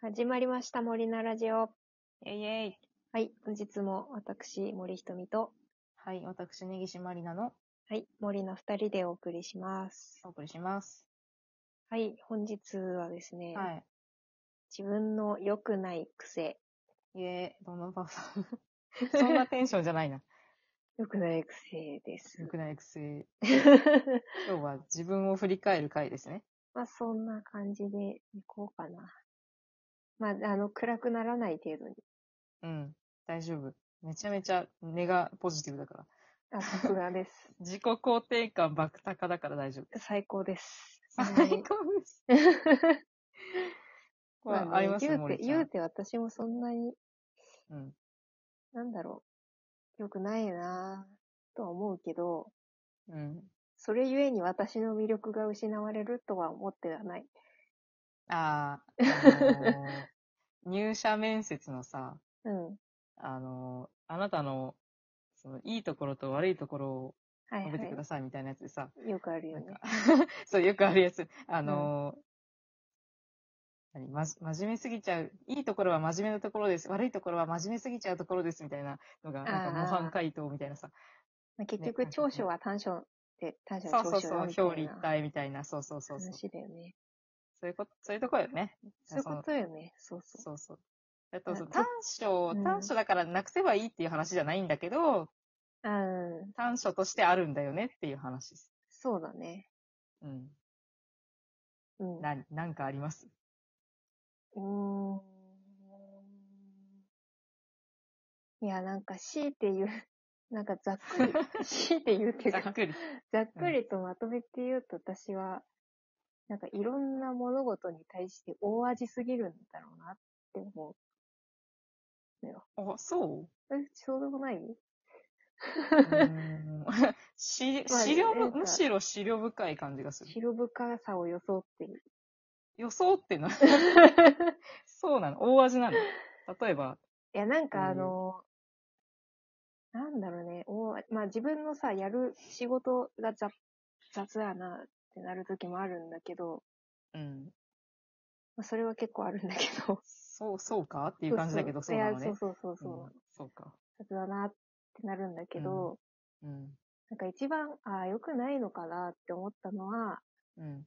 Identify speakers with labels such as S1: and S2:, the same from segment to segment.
S1: 始まりました、森菜ラジオ。
S2: イェイイェイ。
S1: はい、本日も私、森ひとみと、
S2: はい、私、根岸まりなの
S1: はい、森の二人でお送りします。
S2: お送りします。
S1: はい、本日はですね、
S2: は
S1: 自分の良くない癖。
S2: い。イェイ、どんどんパさん。そんな テンションじゃないな。
S1: 良くない癖です
S2: よ。くない癖。今日は自分を振り返る回ですね。
S1: まあ、そんな感じでいこうかな。まあ、あの、暗くならない程度に。
S2: うん。大丈夫。めちゃめちゃ根がポジティブだから。
S1: あ、さすが です。
S2: 自己肯定感爆高だから大丈夫。
S1: 最高です。
S2: 最高です。これ
S1: まあね
S2: あります
S1: 言う
S2: 森
S1: て、
S2: ちゃ。
S1: 言うんて私もそんなに、
S2: うん。
S1: なんだろう、良くないなぁとは思うけど、
S2: うん。
S1: それゆえに私の魅力が失われるとは思ってはない。
S2: あー、あ のー入社面接のさ、
S1: うん。
S2: あの、あなたの、その、いいところと悪いところを
S1: はい
S2: 述べてく
S1: は
S2: ださいみたいなやつでさ、
S1: い。よくあるよ
S2: なん
S1: ね。
S2: か、 そう、よくあるやつ。あの、何まじ、真面目すぎちゃう。いいところは真面目なところです。悪いところは真面目すぎちゃうところです。みたいなのが、なんか
S1: あー
S2: 模範回答みたいなさ。
S1: まあ、結
S2: ね
S1: 局、
S2: なんか
S1: 長所は短所で、短所
S2: そ
S1: は
S2: うそ
S1: 長
S2: う
S1: 所
S2: そう、
S1: だみたい
S2: 表裏一
S1: な
S2: 体みたいな。そうそうそうそう。
S1: 話だよね。
S2: そういうこと、そういうとこよね。
S1: そういうことよね。そうそう。
S2: そうそう。あと、
S1: あ
S2: そう
S1: と
S2: 短所、
S1: うん
S2: 短所だからなくせばいいっていう話じゃないんだけど、
S1: うん。
S2: 短所としてあるんだよねっていう話です。
S1: そうだね。
S2: うん。
S1: うん。う
S2: な、なんかあります
S1: ーん。いや、なんか、強いて言う、なんかざっくり、強いて言うっていう
S2: ざ
S1: か
S2: っ、くり。
S1: ざっくりとまとめて言うと、私は、なんかいろんな物事に対して大味すぎるんだろうなって思う。
S2: あ、そう
S1: え、そうでもない
S2: うーん し、
S1: まあ
S2: 資料
S1: な
S2: ぶ、
S1: んか
S2: むしろ資料深い感じがする。
S1: 白深さを装っている。
S2: 予想ってな、そうなの大味なの例えば、
S1: いや、なん
S2: うん
S1: かあの、なんだろうね、大まあ自分のさ、やる仕事が雑雑やなってなる時もあるんだけど、
S2: うん、
S1: まあ、それは結構あるんだけど。
S2: そう、そうかっていう感じだけど、そう
S1: い
S2: な
S1: や
S2: のね。
S1: そうそうそうそうう、
S2: んそうか。
S1: 雑だなってなるんだけど、
S2: うん。
S1: なんか一番、ああ、良くないのかなって思ったのは、
S2: うん。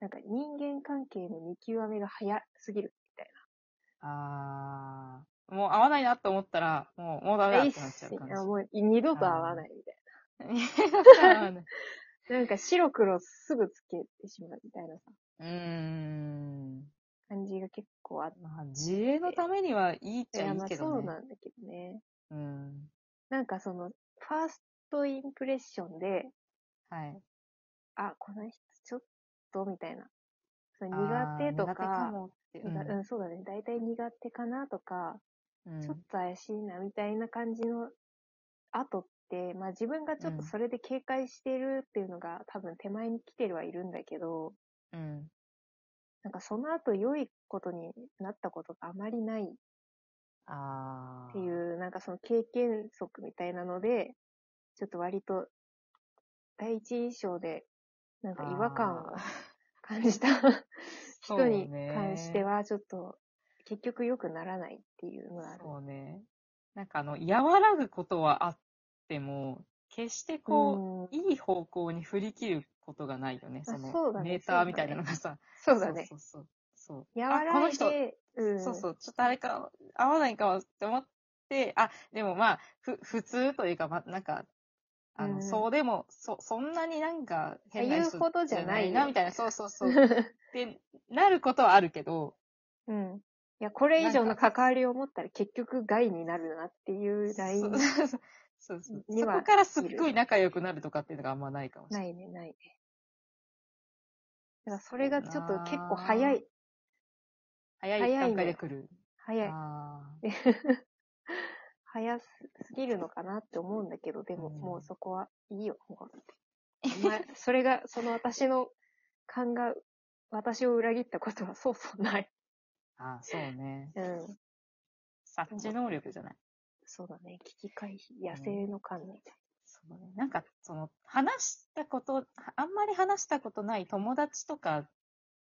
S1: なんか人間関係の見極めが早すぎるみ
S2: あー、もう合わないなと思ったら、もう、もうダ
S1: たい
S2: メ
S1: な。
S2: だ
S1: 一
S2: ってなっちゃう
S1: 切
S2: 感じ
S1: あ。もう二度と会わないみたいな。なんか白黒すぐつけてしまうみたいなさ、
S2: うーん。
S1: 感じが結構あって。
S2: まあ、自衛のためにはいいっ
S1: い
S2: ちゃ
S1: や
S2: いい
S1: まあ
S2: け
S1: そ
S2: ど
S1: う
S2: ね
S1: な。んだけどね。
S2: うん。
S1: なんかその、ファーストインプレッションで、
S2: はい。
S1: あ、この人ちょっとみたいな。その
S2: あ
S1: 苦
S2: ー
S1: 手とか、
S2: もって
S1: うんうん、そうだね。大体苦手かなとか、
S2: うん
S1: ちょっと怪しいな、みたいな感じの後って、まあ自分がちょっと
S2: うん
S1: それで警戒してるっていうのが、多分手前に来てるはいるんだけど、
S2: うん。
S1: なんかその後良いことになったことがあまりないっ
S2: ああ。
S1: ていう、なんかその経験則みたいなので、ちょっと割と第一印象で、なんか違和感を
S2: あー
S1: 感じ た
S2: そう
S1: 人
S2: ね
S1: に関しては、ちょっと結局良くならないっていうのがある。
S2: そうね。なんかあの、和らぐことはあっても、決してこ
S1: うん
S2: う、いい方向に振り切ることがないよね。
S1: あ
S2: その
S1: そうだね
S2: メーターみたいなのがさ。
S1: そうだね。
S2: そうそうそう。そう
S1: 和
S2: あこ
S1: ら
S2: の
S1: い
S2: 人、
S1: で、うん、
S2: そうそう、ちょっとあれか、合わないかもって思って、あ、でもまあ、ふ、普通というか、ま、なんか、あの、
S1: うん
S2: そうでも、そ、そんなになんか変な
S1: 言う
S2: 人
S1: ほどじゃないよ
S2: じな、みたいな、そうそうそう。ってなることはあるけど、
S1: うん。いや、これ以上
S2: な
S1: の
S2: んか
S1: 関わりを持ったら結局害になるなっていうライン
S2: そ。うそうそうそうそう
S1: に
S2: そ
S1: は
S2: こからすっごい仲良くなるとかっていうのがあんまないかもしれ
S1: な
S2: ない。
S1: いね、ないね。だからそれがちょっと結構早
S2: そ
S1: い、
S2: 早
S1: 早い
S2: い
S1: のよ
S2: 段階で来る。
S1: 早い、
S2: あ
S1: 早すぎるのかなって思うんだけど、でも
S2: うん
S1: もうそこはいいよ、もう。お前、それが、その私の勘が私を裏切ったことはそうそうない。
S2: ーあー、そう ね。
S1: うん。
S2: 察知能力じゃない。
S1: そうだね。危機回避、野生の勘ね。
S2: そうね。なんか、その、話したこと、あんまり話したことない友達とか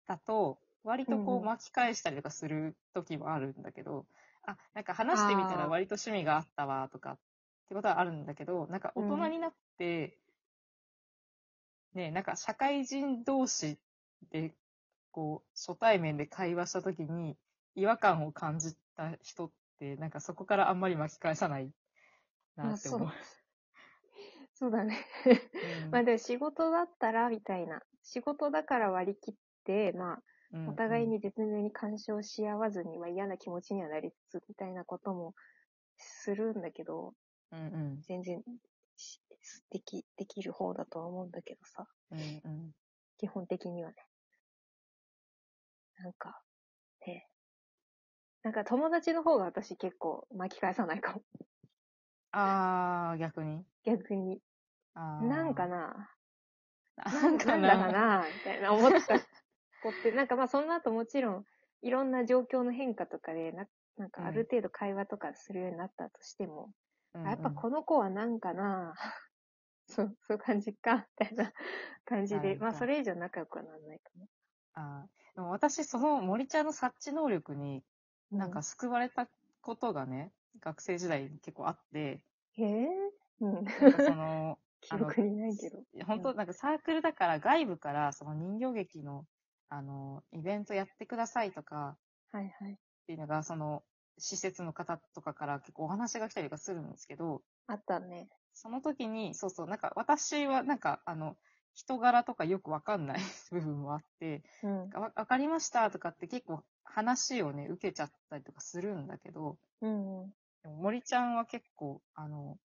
S2: だと、割とこ
S1: うん
S2: う巻き返したりとかする時もあるんだけど、あ、なんか話してみた
S1: あー
S2: ら割と趣味があったわとかってことはあるんだけど、なんか大人になって、ね、なんか社会人同士で、こう、初対面で会話した時に違和感を感じた人って、なんかそこからあんまり巻き返さないな
S1: あ
S2: って思う。
S1: そう だね。
S2: うん
S1: まあでも仕事だったら、みたいな。仕事だから割り切って、まあ、
S2: うん
S1: お互いに絶妙に干渉し合わずに、まあ、嫌な気持ちにはなりつつみたいなこともするんだけど、
S2: うんうん
S1: 全然しでき、できる方だとは思うんだけどさ、
S2: うんうん
S1: 基本的にはね。なんか、ねなんか友達の方が私結構巻き返さないかも。
S2: ああ、逆に。
S1: 逆に。
S2: あー
S1: なんかな、
S2: なん
S1: な
S2: か
S1: んだかな、みたいな思った子って、なんかまあその後もちろん、いろんな状況の変化とかでな、なんかある程度会話とかするようになったとしても、あやっぱこの子はなんかな、 そう、そういう感じか、みたいな感じ
S2: なる
S1: で、
S2: ほど
S1: まあそれ以上仲良くはなんないか
S2: あーでも私、その森ちゃんの察知能力に、
S1: な。
S2: なんか救われたことがね、学生時代に結構 あって、
S1: うん、へえ うん。
S2: なんかその、
S1: 記憶にないけど。
S2: いや本当なんかサークルだから外部からその人形劇の、あの、イベントやってくださいとか
S1: はいはい。
S2: っていうのが、その、施設の方とかから結構お話が来たりとかするんですけど、
S1: あったね。
S2: その時に、そうそう、なんか私はなんか、あの、人柄とかよくわかんない 部分もあって、
S1: うん。
S2: わわかりましたとかって結構話をね、受けちゃったりとかするんだけど、
S1: うんうん。
S2: でも森ちゃんは結構、あの、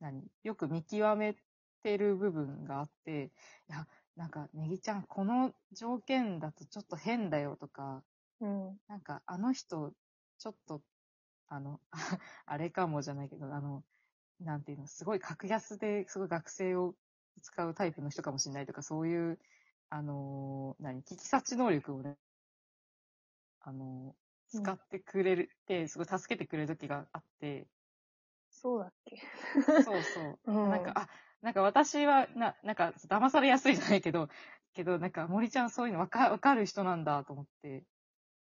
S2: 何よく見極めてる部分があって、いや、なんか、ネギちゃん、この条件だとちょっと変だよとか、
S1: うん。
S2: なんか、あの人、ちょっと、あの、あれかもじゃないけど、あの、なんていうの、すごい格安で、すごい学生を使うタイプの人かもしれないとか、そういう、あのー何、聞き察知能力をね、あのー
S1: うん
S2: 使ってくれるって、すごい助けてくれる時が あって、
S1: そうだっけ。
S2: そうそう。
S1: うん
S2: なんか、あ、なんか私は、な、なんか、騙されやすいじゃないけど、けど、なんか、森ちゃんそういうのわか、わかる人なんだと思って。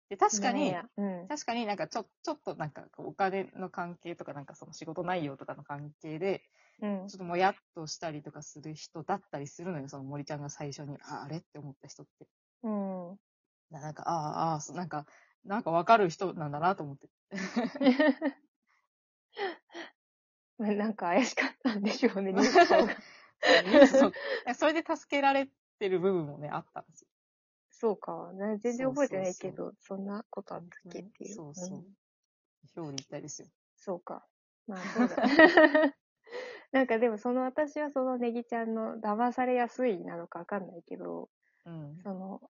S2: で、確
S1: い
S2: か
S1: や
S2: に
S1: い、や。うん。
S2: 確かになんかちょ、ちょっとなんかこうお金の関係とかなんかその仕事内容とかの関係で、
S1: うん
S2: ちょっともやっとしたりとかする人だったりするのよ、その森ちゃんが最初に、あ、あれって思った人って。
S1: うん。うん。
S2: ななんか、ああ、ああそう、なんか、なんかわかる人なんだなと思って。
S1: まあなんか怪しかったんでしょうね、認識 が
S2: そうそれで助けられてる部分もね、あったんですよ。
S1: そうか。な全然覚えてないけ
S2: そ
S1: ど、そんなことあったっけっていう。
S2: そうそう。
S1: ん
S2: 表裏一体ですよ。
S1: そうか。まあそう だ。なんかでもその私はそのネギちゃんの騙されやすいなのかわかんないけど、
S2: うん。
S1: その、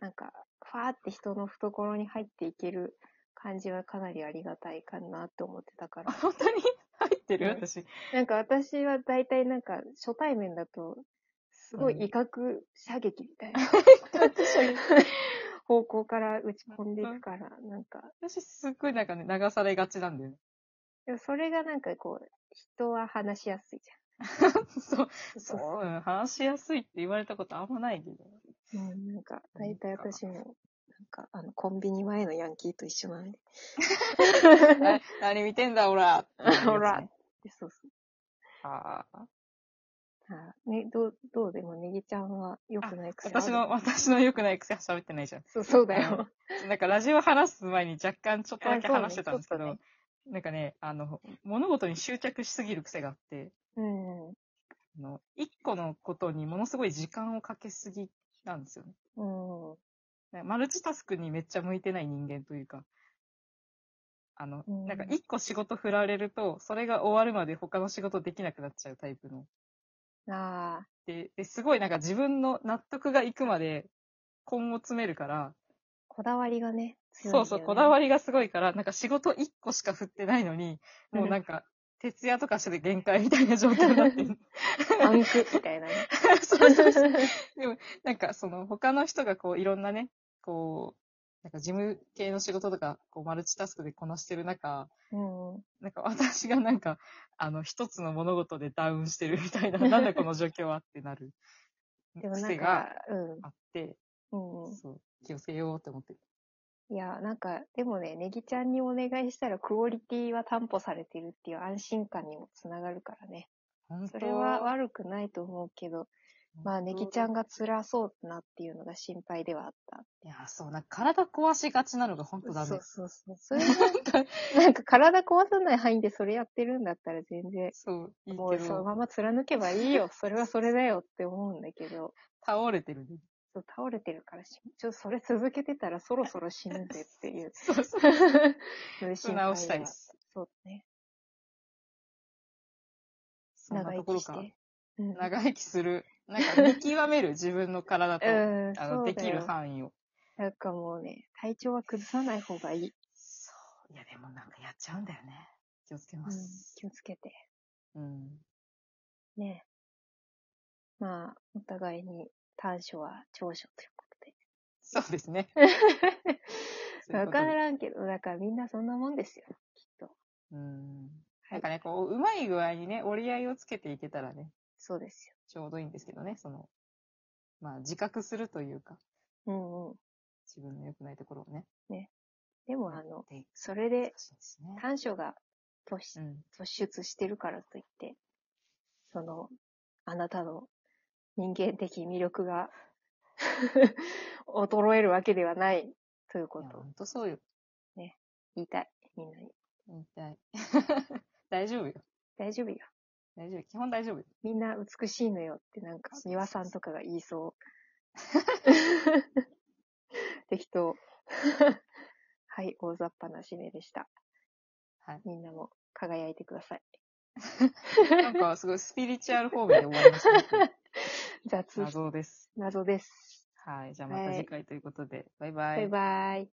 S1: なんか、ファーって人の懐に入っていける感じはかなりありがたいかなって思ってたか
S2: あ
S1: ら。
S2: 本当に 入ってる
S1: うん
S2: 私。
S1: なんか私は大体なんか初対面だと、すごい威嚇射撃み たいな方向から打ち込んでいくから、なんか、
S2: 私すっごいなんかね、流されがちなんだよね。
S1: でもそれがなんかこう、人は話しやすいじ
S2: そう。
S1: ゃん。
S2: そう、うん話しやすいって言われたことあんまないけど。
S1: うん、なんか、大体私も、なんか、あの、コンビニ前のヤンキーと一緒なん で。
S2: な何見てんだ、オ ラ。
S1: ほら。そうそ
S2: あー
S1: う。あね、どう、どうでもネギちゃんは良くない癖ある
S2: 私の、。私の良くない癖は喋ってないじゃ
S1: そう、そうだよ。
S2: ん。なんかラジオ話す前に若干ちょっとだ
S1: あ
S2: け
S1: そうね
S2: 話してたんですけ
S1: ちょっ
S2: ど、なんかね、あの、物事に執着しすぎる癖があって、
S1: うん。
S2: あの、一個のことにものすごい時間をかけすぎなんですよね。
S1: うん。
S2: なんかマルチタスクにめっちゃ向いてない人間というか、あの、
S1: うん
S2: なんか一個仕事振られると、それが終わるまで他の仕事できなくなっちゃうタイプの
S1: ああ、
S2: で、ですごいなんか自分の納得がいくまで根を詰めるから、
S1: こだわりがね、強いんだ
S2: そ
S1: よね。
S2: うそう、こだわ
S1: り。
S2: りがすごいから、なんか仕事1個しか振ってないのに、もうなんか、徹夜とかしてて限界みたいな状況になっ てる。
S1: パンクみたい なね。
S2: そうそうそう。なんかその他の人がこういろんなね、こう、なんか事務系の仕事とか、こうマルチタスクでこなしてる中、
S1: うん。
S2: なんか私がなんか、あの、一つの物事でダ ウンしてるみたいな、なんだこの状況はってなる
S1: でもな
S2: 癖
S1: ん
S2: が
S1: か、うん。
S2: あって、
S1: うんうん。
S2: そう、気をつけようって思ってる。
S1: いや、なんか、でもね、ネギちゃんにお願いしたらクオリティは担保されてるっていう安心感にもつながるからね。
S2: 本当
S1: それは悪くないと思うけど、まあ、ネギちゃん
S2: が。
S1: が辛そうだなっていうのが心配ではあった。
S2: いや、そう、なんか体壊しがちなのが本当ダメ
S1: そう。そうそう。それ はなんか体壊さない範囲でそれやってるんだったら全然、
S2: そう、いい
S1: もう
S2: け
S1: その
S2: ど、
S1: まま貫けばいいよ。それはそれだよって思うんだけど、
S2: 倒れてるね。。
S1: そう倒れてるからし、ちょっとそれ続けてたらそろそろ死ぬぜっていう
S2: そ うそう。
S1: ので心配
S2: 直したい
S1: は
S2: です。
S1: そうだね。
S2: そんな
S1: 長生
S2: ところ
S1: きし
S2: か。
S1: て。うん
S2: 長生きする。なんか見極める自分の体 と、
S1: うん、
S2: あ
S1: そ
S2: の、
S1: う
S2: で
S1: だ
S2: きる
S1: よ。
S2: 範囲を。
S1: なんかもうね、体調は崩さない方がいい。
S2: そう。いや、でもなんかやっちゃうんだよね。気をつけ
S1: う
S2: ま
S1: ん、
S2: す。
S1: 気をつけて。
S2: うん。
S1: ね。まあ、お互いに短所は長所ということで。
S2: そうですね。そうい
S1: わ
S2: うこと
S1: か
S2: で
S1: らんけど、だからみんなそんなもんですよ、きっと。
S2: うん。
S1: は
S2: なん
S1: い
S2: か。ね、こう、うまい具合にね、折り合いをつけていけたらね、
S1: そうです
S2: ちょうどいいんですけどね、その、まあ、自覚するというか、
S1: よ。うんうん。
S2: 自分の良くないところをね、
S1: でも、
S2: や
S1: あ
S2: っ
S1: の、
S2: ていく
S1: それ
S2: 難
S1: で
S2: しいですね。
S1: 短所が突
S2: う
S1: 出
S2: ん。
S1: 突出してるからといって、その、あなたの人間的魅力が 衰えるわけではないという
S2: い
S1: こ
S2: や、
S1: とを
S2: ほんとそうよ。
S1: 言いたい、みんなに。
S2: 言いたい。 大丈夫よ。
S1: 大丈夫よ。
S2: 大丈夫。基本大丈夫よ。
S1: みんな美しいのよってなんか、美輪さんとかが言い そう。適当。 はい、大雑把な締めでした。
S2: はい。
S1: みんなも輝いてください。
S2: なんか、すごいスピリチュアル方面で終わりましたね。
S1: 雑、
S2: 謎です。
S1: 謎です。
S2: はい。じゃあまた次回ということで、バイバイ。
S1: バイバイ。